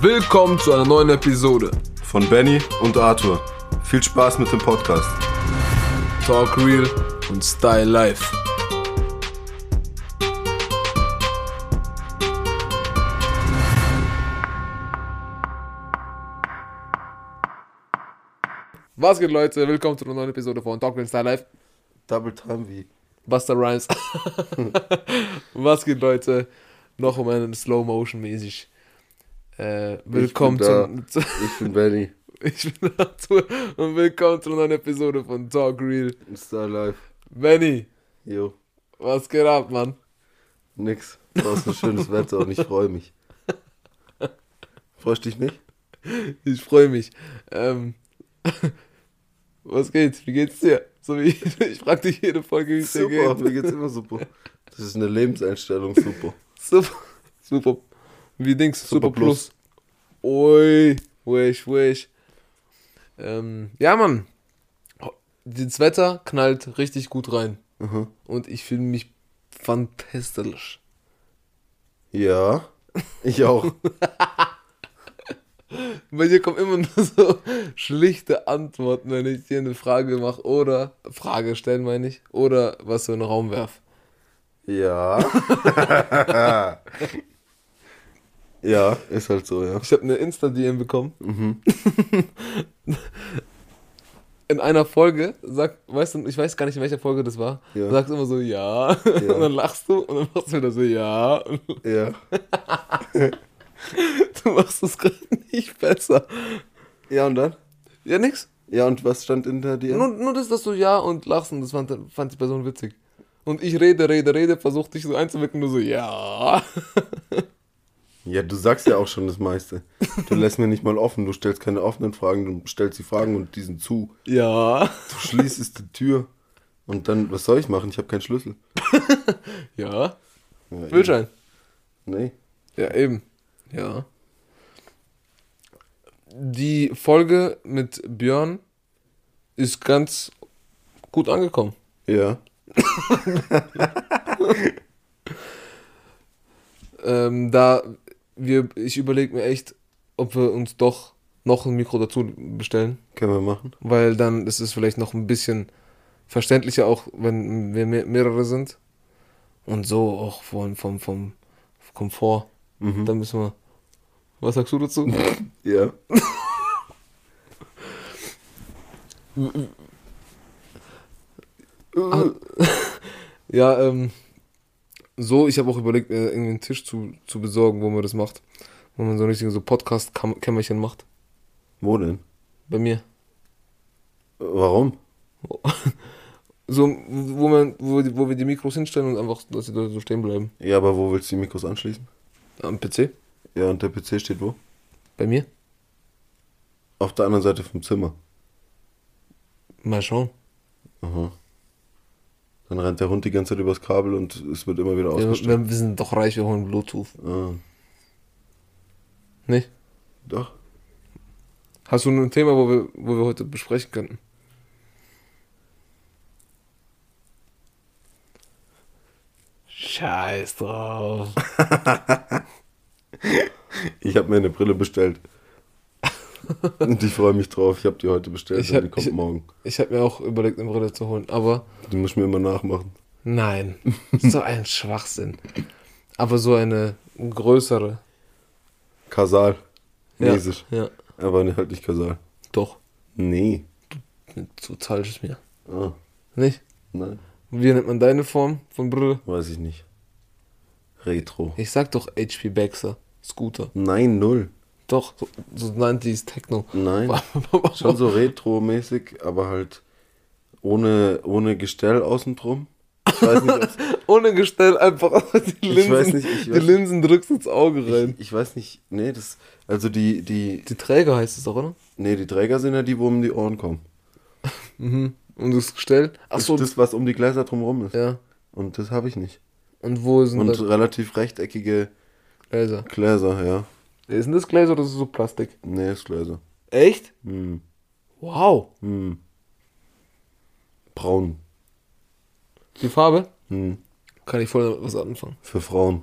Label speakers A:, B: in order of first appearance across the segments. A: Willkommen zu einer neuen Episode
B: von Benny und Arthur. Viel Spaß mit dem Podcast.
A: Talk Real und Style Life. Was geht, Leute? Willkommen zu einer neuen Episode von Talk Real und Style Life.
B: Double Time wie.
A: Buster Rhymes. Was geht, Leute? Noch um einen Slow Motion mäßig. Äh, willkommen
B: bin da.
A: zum, zu,
B: Ich bin Benny.
A: ich bin Arthur und willkommen zu einer neuen Episode von Talk Real.
B: Star Life.
A: Benny,
B: Jo.
A: was geht ab, Mann?
B: Nix. Draußen schönes Wetter und ich freue mich. Freust dich nicht?
A: Ich freue mich. Ähm, was geht? Wie geht's dir? So wie ich, ich frage dich jede Folge, wie es dir
B: Super,
A: geht.
B: mir geht's immer super. Das ist eine Lebenseinstellung, super.
A: Super. Super. Wie Dings? Super,
B: Super
A: Plus. Ui. Wish, wish. Ähm, ja, Mann. Das Wetter knallt richtig gut rein.
B: Mhm.
A: Und ich fühle mich fantastisch.
B: Ja, ich auch.
A: Bei dir kommen immer nur so schlichte Antworten, wenn ich dir eine Frage mache oder Frage stellen, meine ich, oder was so in den Raum werf.
B: Ja. ja, ist halt so, ja.
A: Ich habe eine Insta-DM bekommen. In einer Folge sagt, weißt du, ich weiß gar nicht, in welcher Folge das war,
B: Ja.
A: sagst immer so ja, und dann lachst du und dann machst du wieder so ja.
B: Ja.
A: Du machst es gerade nicht besser.
B: Ja, und dann?
A: Ja, nix.
B: Ja, und was stand hinter dir?
A: Nur, nur das, dass du ja und lachst und das fand, fand die Person witzig. Und ich rede, rede, rede, versuch dich so einzuwirken, nur so ja.
B: Ja, du sagst ja auch schon das meiste. Du lässt mir nicht mal offen, du stellst keine offenen Fragen, du stellst die Fragen und diesen zu.
A: Ja.
B: Du schließest die Tür und dann, was soll ich machen? Ich habe keinen Schlüssel.
A: Ja.
B: Ja, eben.
A: Wildschein.
B: Nee.
A: Ja, eben. Ja. Die Folge mit Björn ist ganz gut angekommen.
B: Ja.
A: Ähm, da wir, ich überlege mir echt, ob wir uns doch noch ein Mikro dazu bestellen,
B: Können wir machen.
A: weil dann ist es vielleicht noch ein bisschen verständlicher, auch wenn wir mehr, mehrere sind. Und so auch von, vom, vom Komfort. Dann müssen wir. Was sagst du dazu?
B: Ja.
A: Ja, ähm, so, ich habe auch überlegt, äh, irgendwie einen Tisch zu, zu besorgen, wo man das macht. Wo man so ein richtiges so Podcast-Kämmerchen macht.
B: Wo denn?
A: Bei mir.
B: Warum?
A: So, wo, man, wo, die- wo wir die Mikros hinstellen und einfach, dass sie da so stehen bleiben.
B: Ja, aber wo willst du die Mikros anschließen?
A: Am PC?
B: Ja, und der PC steht wo?
A: Bei mir?
B: Auf der anderen Seite vom Zimmer.
A: Mal schauen.
B: Aha. Dann rennt der Hund die ganze Zeit übers Kabel und es wird immer wieder
A: Ja,
B: ausgestellt.
A: wir, wir sind doch reich, wir holen Bluetooth.
B: ah,
A: Nicht?
B: doch.
A: Hast du ein Thema, wo wir, wo wir heute besprechen könnten? Scheiß drauf.
B: Ich habe mir eine Brille bestellt. Und ich freue mich drauf. Ich habe die heute bestellt
A: Ich
B: und die
A: hab-
B: kommt
A: ich-
B: morgen.
A: Ich habe mir auch überlegt, eine Brille zu holen, aber
B: Die muss ich mir immer nachmachen.
A: Nein, so ein Schwachsinn. Aber so eine größere.
B: Kasal.
A: Ja,
B: Mäßig.
A: Ja,
B: Aber halt nicht Kasal.
A: doch.
B: Nee.
A: So zahlst es mir.
B: Ah,
A: Nicht?
B: nein.
A: Wie nennt man deine Form von Brille?
B: Weiß ich nicht. Retro.
A: Ich sag doch HP Baxter, Scooter.
B: Nein, null.
A: Doch, so, so 90s Techno.
B: Nein. Schon so retro-mäßig, aber halt ohne, ohne Gestell außen drum. Ich weiß nicht, ob's-
A: Ohne Gestell einfach die Linsen,
B: weiß nicht, ich
A: die
B: weiß-
A: Linsen drückst ins Auge rein.
B: ich, ich weiß nicht. Nee, das. Also die, die.
A: Die Träger heißt es doch, oder?
B: Nee, die Träger sind ja die, wo um die Ohren kommen.
A: Und das Gestell.
B: Das
A: Achso,
B: ist das, was um die Gläser drumherum ist.
A: ja.
B: Und das habe ich nicht.
A: Und wo sind
B: Und
A: das
B: relativ rechteckige
A: Gläser?
B: Gläser, ja.
A: Ist denn das Gläser oder ist es so Plastik?
B: Nee, ist Gläser.
A: Echt?
B: Hm.
A: Wow.
B: Hm. Braun.
A: Die Farbe?
B: Hm.
A: Kann ich voll damit was anfangen.
B: Für Frauen.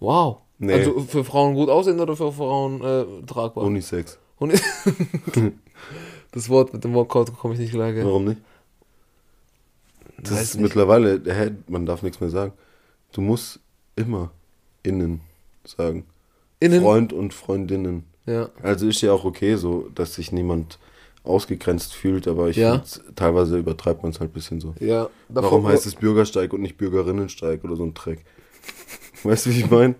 A: Wow.
B: Nee,
A: Also für Frauen gut aussehen oder für Frauen äh, tragbar?
B: Unisex.
A: Huni- das Wort mit dem Wortcode komme ich nicht klar. Gell?
B: Warum nicht? Das
A: Weiß
B: ist
A: nicht.
B: mittlerweile, hä, man darf nichts mehr sagen. Du musst immer innen sagen.
A: Innen.
B: Freund und Freundinnen.
A: Ja.
B: Also ist ja auch okay so, dass sich niemand ausgegrenzt fühlt, aber ich
A: Ja.
B: find's- teilweise übertreibt man es halt ein bisschen so.
A: ja. Davor-
B: Warum heißt es Bürgersteig und nicht Bürgerinnensteig oder so ein Dreck? Weißt du, wie ich meine?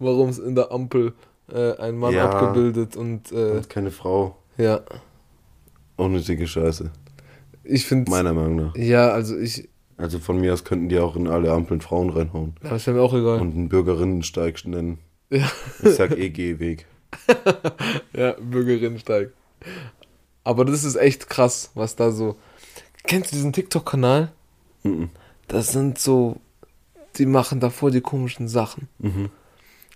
A: Warum ist in der Ampel äh, ein Mann
B: Ja.
A: abgebildet und äh,
B: Keine Frau.
A: ja.
B: Unnötige Scheiße.
A: Ich finde.
B: Meiner Meinung nach.
A: Ja, also ich.
B: Also von mir aus könnten die auch in alle Ampeln Frauen reinhauen.
A: Ja, ist mir auch egal.
B: Und einen Bürgerinnensteig nennen.
A: Ja.
B: Ich sag E EG-Weg.
A: Ja, Bürgerinnensteig. Aber das ist echt krass, was da so. Kennst du diesen TikTok-Kanal?
B: Mhm.
A: Das sind so. Die machen davor die komischen Sachen.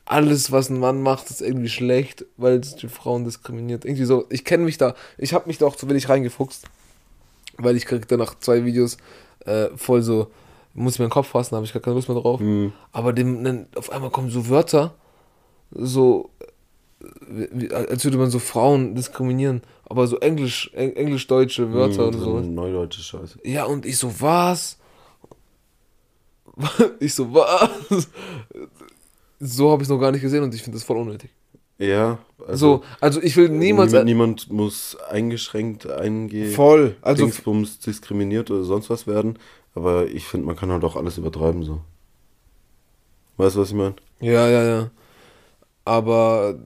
A: Alles, was ein Mann macht, ist irgendwie schlecht, weil es die Frauen diskriminiert. Irgendwie so. Ich kenne mich da. Ich habe mich da auch zu wenig reingefuchst. Weil ich krieg danach zwei Videos äh, voll so. Muss ich mir den Kopf fassen, habe ich gar keine Lust mehr drauf. Aber dem, dann auf einmal kommen so Wörter, so wie- wie, als würde man so Frauen diskriminieren, aber so englisch, eng- englisch-deutsche Wörter und
B: so
A: so.
B: eine neudeutsche Scheiße.
A: Ja, und ich so, was? Ich so, was? So habe ich noch gar nicht gesehen und ich finde das voll unnötig.
B: Ja.
A: so, also ich will niemals.
B: Niemand, niemand muss eingeschränkt eingehen.
A: voll. Also,
B: Dingsbums diskriminiert oder sonst was werden. Aber ich finde, man kann halt auch alles übertreiben so. Weißt du, was ich meine?
A: ja, ja, ja. Aber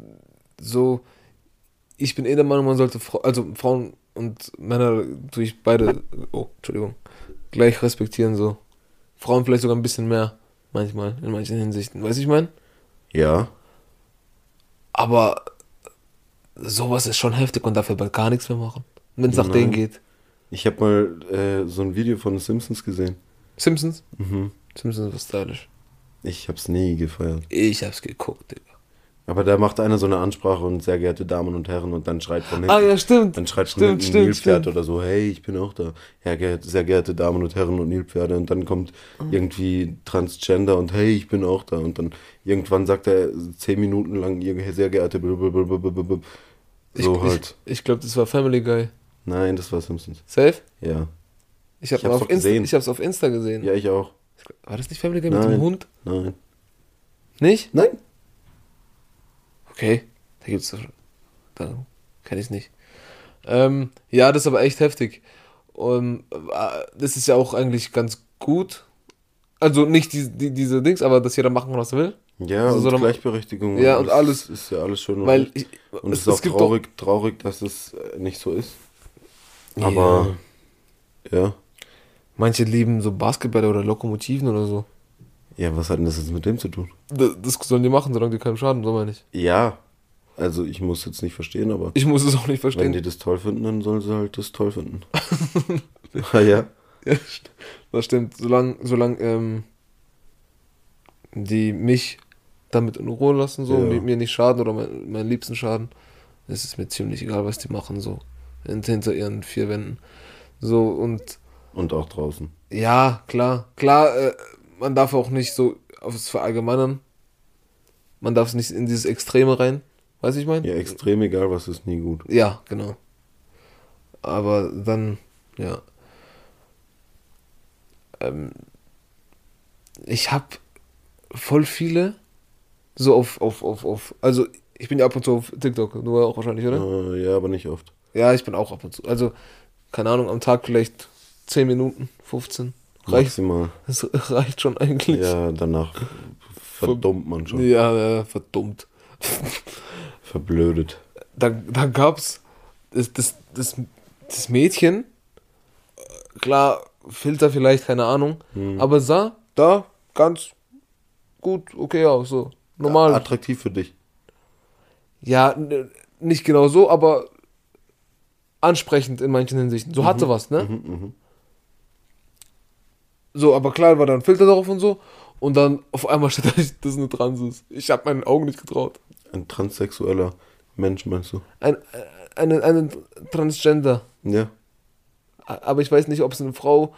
A: so, ich bin eh der Meinung, man sollte, Fra- also Frauen und Männer durch beide, oh, Entschuldigung, gleich respektieren so. Frauen vielleicht sogar ein bisschen mehr, manchmal, in manchen Hinsichten. Weißt du, ich meine?
B: Ja.
A: Aber sowas ist schon heftig und dafür bald gar nichts mehr machen. Wenn es nach
B: Nein.
A: denen geht.
B: Ich habe mal äh, so ein Video von den Simpsons gesehen.
A: Simpsons?
B: Mhm.
A: Simpsons war stylisch.
B: Ich hab's nie gefeiert.
A: Ich hab's geguckt, Digga.
B: Aber da macht einer so eine Ansprache und sehr geehrte Damen und Herren und dann schreit von hinten.
A: Ah ja, stimmt.
B: Dann schreibt
A: stimmt,
B: stimmt,
A: stimmt,
B: Nilpferd
A: stimmt.
B: oder so, hey, ich bin auch da. Ja, ge- sehr geehrte Damen und Herren und Nilpferde. Und dann kommt
A: Oh.
B: irgendwie Transgender und hey, ich bin auch da. Und dann irgendwann sagt er zehn Minuten lang, ihr sehr geehrte. blablabla. So
A: ich,
B: halt.
A: Ich, ich glaube, das war Family Guy.
B: Nein, das war Simpsons.
A: Safe?
B: Ja.
A: Ich, hab
B: Ich hab's
A: auf
B: doch
A: Insta,
B: gesehen.
A: ich hab's auf Insta gesehen.
B: Ja, ich auch.
A: War das nicht Family Guy mit
B: Nein.
A: dem Hund?
B: Nein.
A: Nicht?
B: Nein.
A: Okay, da gibt's doch. Da kenne ich nicht. Ähm, ja, das ist aber echt heftig. Und äh, das ist ja auch eigentlich ganz gut. Also nicht die, die, diese Dings, aber dass jeder machen kann, was er will.
B: Ja,
A: Also
B: und
A: so dann-
B: Gleichberechtigung.
A: Ja, und alles.
B: Ist ja alles schön. und
A: Weil
B: recht.
A: ich,
B: und es, ist auch traurig, traurig, dass es äh, nicht so ist.
A: Ja.
B: Aber ja.
A: manche lieben so Basketballer oder Lokomotiven oder so.
B: Ja, was hat denn das jetzt mit dem zu tun?
A: Das, das sollen die machen, solange die keinen Schaden, soll man nicht.
B: Ja, also ich muss jetzt nicht verstehen, aber
A: Ich muss es auch nicht
B: wenn
A: verstehen.
B: die das toll finden, dann sollen sie halt das toll finden. ah, ja.
A: Ja, st- das stimmt. Solange solang, ähm, die mich damit in Ruhe lassen, so,
B: Ja.
A: mi- mir nicht schaden oder mein, meinen Liebsten schaden, ist es mir ziemlich egal, was die machen, so. Hint- Hinter ihren vier Wänden. So, und
B: Und auch draußen.
A: ja, klar, klar, äh, man darf auch nicht so auf es verallgemeinern. Man darf es nicht in dieses Extreme rein. Weiß ich mein?
B: Ja, extrem egal, was ist nie gut.
A: Ja, genau. Aber dann, ja. Ähm, ich habe voll viele so auf, auf, auf, auf. Also, ich bin ja ab und zu auf TikTok, du ja auch wahrscheinlich, oder?
B: Äh, ja, aber nicht oft.
A: Ja, ich bin auch ab und zu. Also, keine Ahnung, am Tag vielleicht 10 Minuten, 15. Reicht,
B: Maximal.
A: es reicht schon eigentlich.
B: Ja, danach verdummt man schon.
A: ja, ja verdummt.
B: Verblödet.
A: da, da gab's das, das, das, das Mädchen, äh, klar, Filter vielleicht, keine Ahnung, aber sah da ganz gut, okay aus, so normal.
B: Attraktiv für dich.
A: ja, n- nicht genau so, aber ansprechend in manchen Hinsichten. So hatte was, ne? So, aber klar war da ein Filter drauf und so. Und dann auf einmal steht da, das ist eine Transis. Ich habe meinen Augen nicht getraut.
B: Ein transsexueller Mensch, meinst du?
A: Ein, eine, eine Transgender.
B: Ja.
A: Aber ich weiß nicht, ob es eine Frau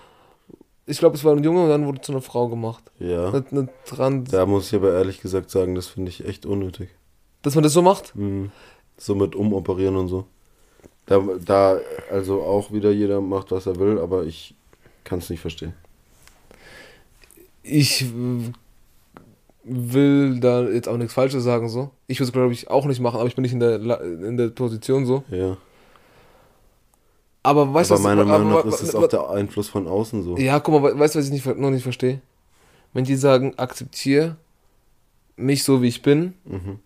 A: ich glaube, es war ein Junge und dann wurde zu einer Frau gemacht.
B: Ja.
A: Eine, eine Trans.
B: Da muss ich aber ehrlich gesagt sagen, das finde ich echt unnötig.
A: Dass man das so macht?
B: Mhm. So mit umoperieren und so. Da, da, also auch wieder jeder macht, was er will, aber ich kann es nicht verstehen.
A: Ich äh, will da jetzt auch nichts Falsches sagen, so. Ich würde es, glaube ich, auch nicht machen, aber ich bin nicht in der, La- in der Position so.
B: Ja.
A: Aber weißt du,
B: aber
A: was-
B: meiner Meinung nach
A: aber-
B: ist es
A: aber-
B: auch der Einfluss von außen so.
A: Ja, guck mal, we- weißt du, was ich nicht, ver- noch nicht verstehe? Wenn die sagen, akzeptiere mich so, wie ich bin,
B: Mhm.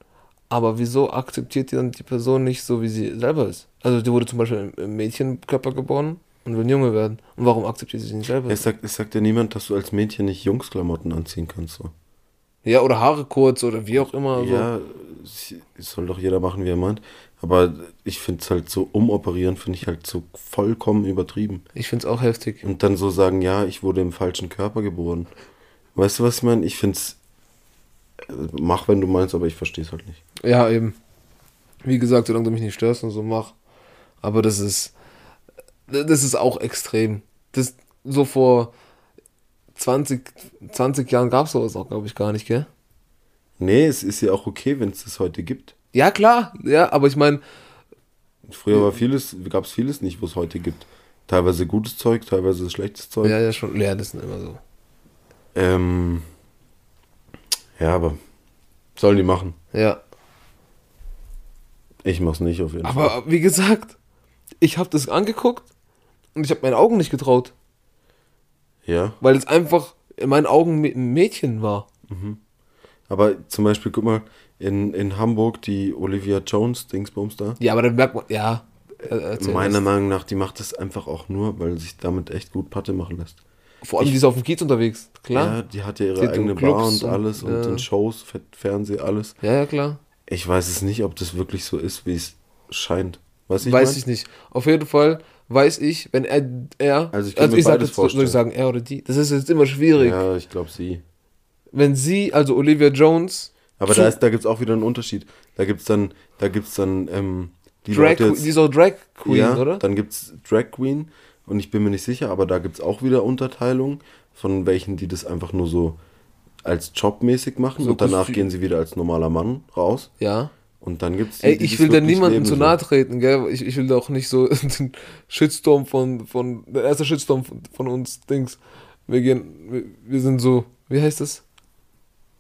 A: aber wieso akzeptiert die dann die Person nicht so, wie sie selber ist? Also die wurde zum Beispiel im- im Mädchenkörper geboren und will ein Junge werden. Und warum akzeptiert sie sich nicht selber?
B: Es sagt, es sagt dir niemand, dass du als Mädchen nicht Jungsklamotten anziehen kannst. So.
A: Ja, oder Haare kurz oder wie auch immer. So.
B: Ja, es soll doch jeder machen, wie er meint. Aber ich finde es halt so umoperieren, finde ich halt so vollkommen übertrieben.
A: Ich find's auch heftig.
B: Und dann so sagen, ja, ich wurde im falschen Körper geboren. Weißt du, was ich meine? Ich finde es. Mach, wenn du meinst, aber ich verstehe es halt nicht.
A: Ja, eben. Wie gesagt, solange du mich nicht störst und so mach. Aber das ist. Das ist auch extrem. Das so vor 20, 20 Jahren gab's sowas auch, glaube ich, gar nicht, gell?
B: Nee, es ist ja auch okay, wenn es das heute gibt.
A: Ja, klar, ja, aber ich meine,
B: Früher war vieles, gab es vieles nicht, was es heute gibt. Teilweise gutes Zeug, teilweise schlechtes Zeug.
A: ja, ja, schon, ja, das sind immer so.
B: Ähm, ja, aber sollen die machen.
A: Ja,
B: Ich mach's nicht auf jeden Fall.
A: aber wie gesagt, ich habe das angeguckt und ich habe meinen Augen nicht getraut,
B: Ja.
A: weil es einfach in meinen Augen ein Mädchen war.
B: Aber zum Beispiel, guck mal, in, in Hamburg die Olivia Jones, Dingsbums da.
A: Ja, aber dann merkt man, ja. äh, erzähl
B: Meiner
A: das.
B: Meinung nach, die macht das einfach auch nur, weil sich damit echt gut Patte machen lässt.
A: Vor allem, die ist auf dem Kiez unterwegs,
B: Ja,
A: klar.
B: die hat ja
A: Die
B: ihre
A: hat
B: eigene
A: so Clubs
B: Bar und
A: und- äh,
B: alles und,
A: ja.
B: und Shows, Fe- Fernseh, alles.
A: Ja, ja, klar.
B: Ich weiß es nicht, ob das wirklich so ist, wie es scheint. Weiß ich,
A: weiß
B: mein?
A: ich nicht. Auf jeden Fall weiß ich, wenn er, er
B: Also ich kann mir
A: sag
B: beides
A: jetzt, soll
B: vorstellen.
A: ich sagen, er oder die, das ist jetzt immer schwierig.
B: Ja, ich glaube sie.
A: Wenn sie, also Olivia Jones,
B: Aber
A: Zu-
B: da, ist, da gibt's auch wieder einen Unterschied. Da gibt's dann, da gibt's dann, ähm, die
A: Drag,
B: Leute jetzt,
A: die ist auch Drag Queen,
B: ja,
A: oder?
B: dann gibt's Drag Queen und ich bin mir nicht sicher, aber da gibt's auch wieder Unterteilung von welchen, die das einfach nur so als jobmäßig machen
A: So
B: und danach
A: Kostüm-
B: gehen sie wieder als normaler Mann raus.
A: Ja.
B: Und dann gibt's die,
A: Ey,
B: die
A: ich
B: das
A: will da
B: wirklich
A: niemandem
B: leben
A: zu
B: so.
A: nahe treten, gell? Ich, ich will da auch nicht so den Shitstorm von, von, der erste Shitstorm von, von uns, Dings. Wir gehen, wir, wir sind so, wie heißt das?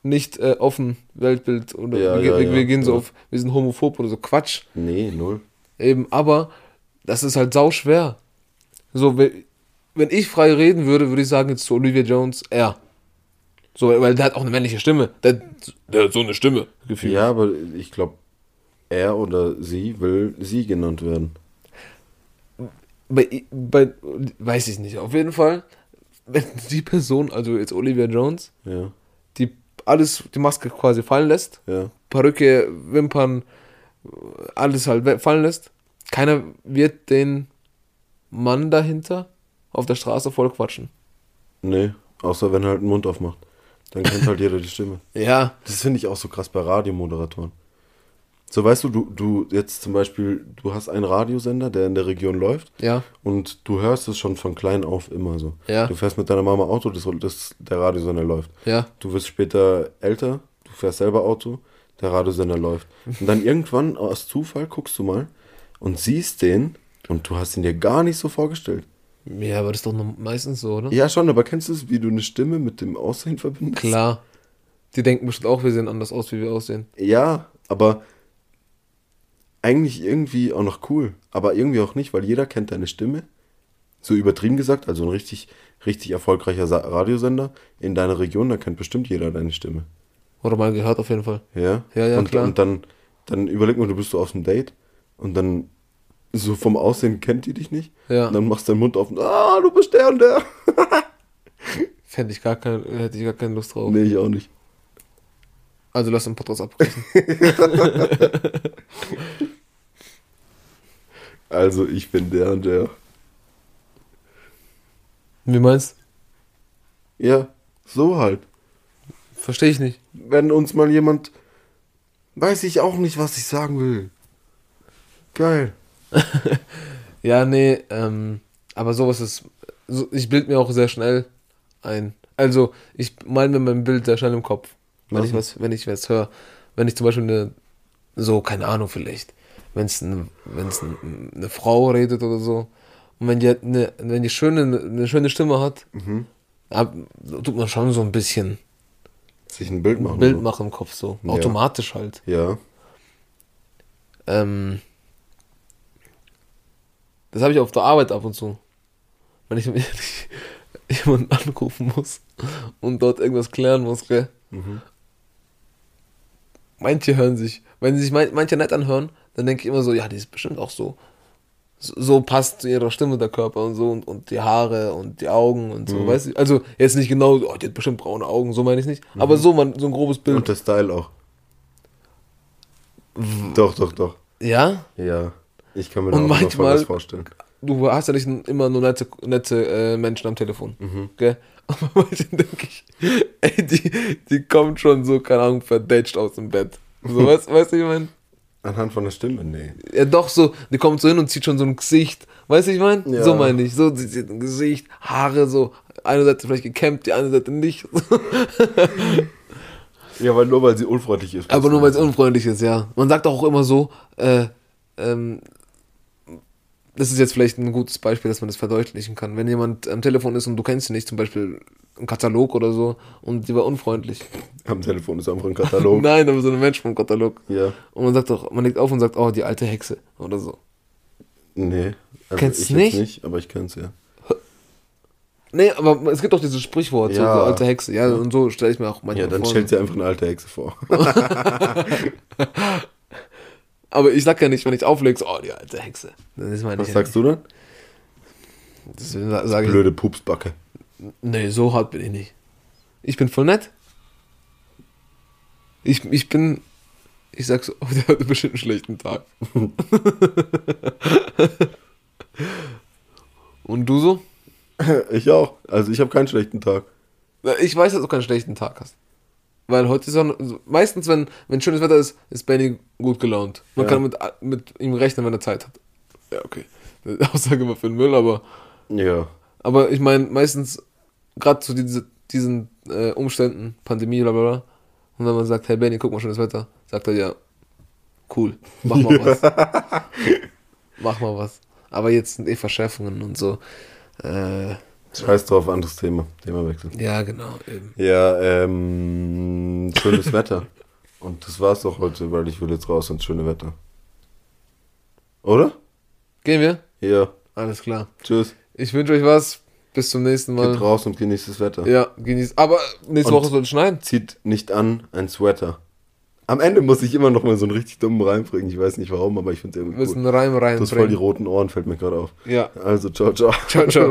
A: Nicht äh, offen, Weltbild oder
B: Ja,
A: wir,
B: ja,
A: wir,
B: ja,
A: wir gehen so
B: ja.
A: auf, wir sind homophob oder so, Quatsch.
B: Nee, null.
A: Eben, aber das ist halt sau schwer. So, wenn, wenn ich frei reden würde, würde ich sagen, jetzt zu Olivia Jones, er. So, weil, weil der hat auch eine männliche Stimme. Der, der hat so eine Stimme, gefühlt.
B: Ja, aber ich glaube, er oder sie will sie genannt werden.
A: bei, bei, weiß ich nicht, auf jeden Fall, wenn die Person, also jetzt Olivia Jones,
B: Ja,
A: die alles, die Maske quasi fallen lässt,
B: ja.
A: Perücke, Wimpern, alles halt we- fallen lässt, keiner wird den Mann dahinter auf der Straße voll quatschen.
B: Nee, außer wenn er halt den Mund aufmacht. Dann kennt halt jeder die Stimme.
A: Ja.
B: Das finde ich auch so krass bei Radiomoderatoren. So, weißt du, du, du jetzt zum Beispiel, du hast einen Radiosender, der in der Region läuft
A: Ja.
B: und du hörst es schon von klein auf immer so.
A: Ja.
B: Du fährst mit deiner Mama Auto, das, das, der Radiosender läuft.
A: Ja.
B: Du wirst später älter, du fährst selber Auto, der Radiosender läuft. Und dann irgendwann aus Zufall guckst du mal und siehst den und du hast ihn dir gar nicht so vorgestellt.
A: Ja, aber das ist doch noch meistens so, oder?
B: Ja, schon, aber kennst du es, wie du eine Stimme mit dem Aussehen verbindest?
A: Klar. Die denken bestimmt auch, wir sehen anders aus, wie wir aussehen.
B: Ja, aber eigentlich irgendwie auch noch cool. Aber irgendwie auch nicht, weil jeder kennt deine Stimme. So übertrieben gesagt, also ein richtig, richtig erfolgreicher Sa Radiosender in deiner Region, da kennt bestimmt jeder deine Stimme.
A: Oder mal gehört auf jeden Fall.
B: Ja?
A: Ja, ja,
B: und,
A: klar.
B: Und dann, dann überleg mal, du bist so auf dem Date und dann so vom Aussehen kennt die dich nicht.
A: Ja.
B: Und dann machst du deinen Mund auf und ah, du bist der und der.
A: Fände ich gar keine, hätte ich gar keine Lust drauf.
B: Nee, ich auch nicht.
A: Also lass den Podcast abbrechen.
B: Also ich bin der und der.
A: wie meinst
B: Ja, so halt.
A: Verstehe ich nicht.
B: wenn uns mal jemand. Weiß ich auch nicht, was ich sagen will. Geil.
A: Ja, nee, ähm, aber sowas ist. So, ich bild mir auch sehr schnell ein. Also, ich mal mir mein Bild sehr schnell im Kopf. Wenn
B: Was
A: ich
B: denn?
A: was, wenn ich was höre. Wenn ich zum Beispiel eine, so, keine Ahnung, vielleicht, wenn es eine, wenn's ein, eine Frau redet oder so. Und wenn die, hat eine, wenn die schöne, eine schöne Stimme hat,
B: Mhm.
A: ab, tut man schon so ein bisschen
B: Sich ein Bild machen.
A: Bild
B: so.
A: machen im Kopf, so.
B: Ja.
A: Automatisch halt.
B: Ja.
A: Ähm, das habe ich auf der Arbeit ab und zu. Wenn ich jemanden anrufen muss und dort irgendwas klären muss, gell? Manche hören sich. Wenn sie sich man, manche nicht anhören, dann denke ich immer so, ja, die ist bestimmt auch so. So, so passt zu ihrer Stimme der Körper und so und, und die Haare und die Augen und so, weißt du? Also jetzt nicht genau, oh, die hat bestimmt braune Augen, so meine ich nicht. Aber so, man, so ein grobes
B: Und
A: Bild.
B: der Style auch. Doch, doch, doch.
A: Ja?
B: Ja. Ich kann mir
A: Und
B: da auch noch voll
A: manchmal-
B: was vorstellen.
A: du hast ja nicht immer nur nette, nette äh, Menschen am Telefon. Gell? Aber manchmal denke ich, ey, die, die kommt schon so, keine Ahnung, verdätscht aus dem Bett. So, weißt, weißt du, wie ich meine?
B: Anhand von der Stimme, nee.
A: Ja, doch, so, die kommt so hin und zieht schon so ein Gesicht. Weißt du, wie ich meine?
B: Ja.
A: So meine ich. So, sie zieht ein Gesicht, Haare so. Eine Seite vielleicht gekämmt, die andere Seite nicht.
B: Ja, weil nur weil sie unfreundlich ist.
A: Aber nur weil es unfreundlich ist, ja. Man sagt auch immer so, äh, ähm, das ist jetzt vielleicht ein gutes Beispiel, dass man das verdeutlichen kann. Wenn jemand am Telefon ist und du kennst ihn nicht, zum Beispiel im Katalog oder so, und die war unfreundlich.
B: Am Telefon ist einfach ein Katalog.
A: Nein, aber so ein Mensch vom Katalog.
B: ja.
A: Und man sagt doch, man legt auf und sagt, oh, die alte Hexe oder so.
B: Nee. Also
A: Kennst
B: ich
A: du
B: jetzt
A: nicht?
B: nicht, aber ich kenn's ja.
A: Nee, aber es gibt doch dieses Sprichwort, so, so
B: Ja.
A: alte Hexe. Ja, und so stelle ich mir auch manchmal
B: Ja, dann
A: vor.
B: stellt sie einfach eine alte Hexe vor.
A: Aber ich sag ja nicht, wenn ich auflege, so, oh, die alte Hexe. Das ist meine
B: Was sagst du dann?
A: Das sage ich,
B: Blöde Pupsbacke.
A: Nee, so hart bin ich nicht. Ich bin voll nett. Ich, ich bin. Ich sag's, oh, der hat bestimmt einen schlechten Tag. Und du so?
B: Ich auch. Also ich habe keinen schlechten Tag.
A: Na, Ich weiß, dass du keinen schlechten Tag hast. Weil heute ist auch. Meistens, wenn, wenn schönes Wetter ist, ist Benny gut gelaunt. Man
B: Ja.
A: kann mit, mit ihm rechnen, wenn er Zeit hat. Ja, okay. Aussage war für den Müll, aber.
B: Ja.
A: Aber ich meine, meistens, gerade zu diese, diesen äh, Umständen, Pandemie, bla bla bla, und wenn man sagt, hey Benny, guck mal, schönes Wetter, sagt er ja, cool, mach mal was. mach mal was. Aber jetzt sind eh Verschärfungen und so. Äh,
B: Scheiß drauf, anderes Thema. Thema wechseln.
A: ja, genau. Eben.
B: Ja, ähm, schönes Wetter. Und das war's doch heute, weil ich will jetzt raus ins schöne Wetter. Oder?
A: Gehen wir?
B: Ja.
A: Alles klar.
B: Tschüss.
A: Ich wünsche euch was. Bis zum nächsten
B: Geht
A: Mal.
B: raus und genießt das Wetter.
A: Ja, genießt. Aber nächste
B: Und-
A: Woche soll es schneien.
B: Zieht nicht an ein Sweater. Am Ende muss ich immer noch mal so einen richtig dummen Reim bringen. Ich weiß nicht warum, aber ich finde es
A: Wir
B: irgendwie
A: müssen
B: cool.
A: einen Reim
B: Das ist voll die
A: reinbringen.
B: roten Ohren, fällt mir gerade auf.
A: Ja.
B: Also, ciao, ciao.
A: Ciao, ciao.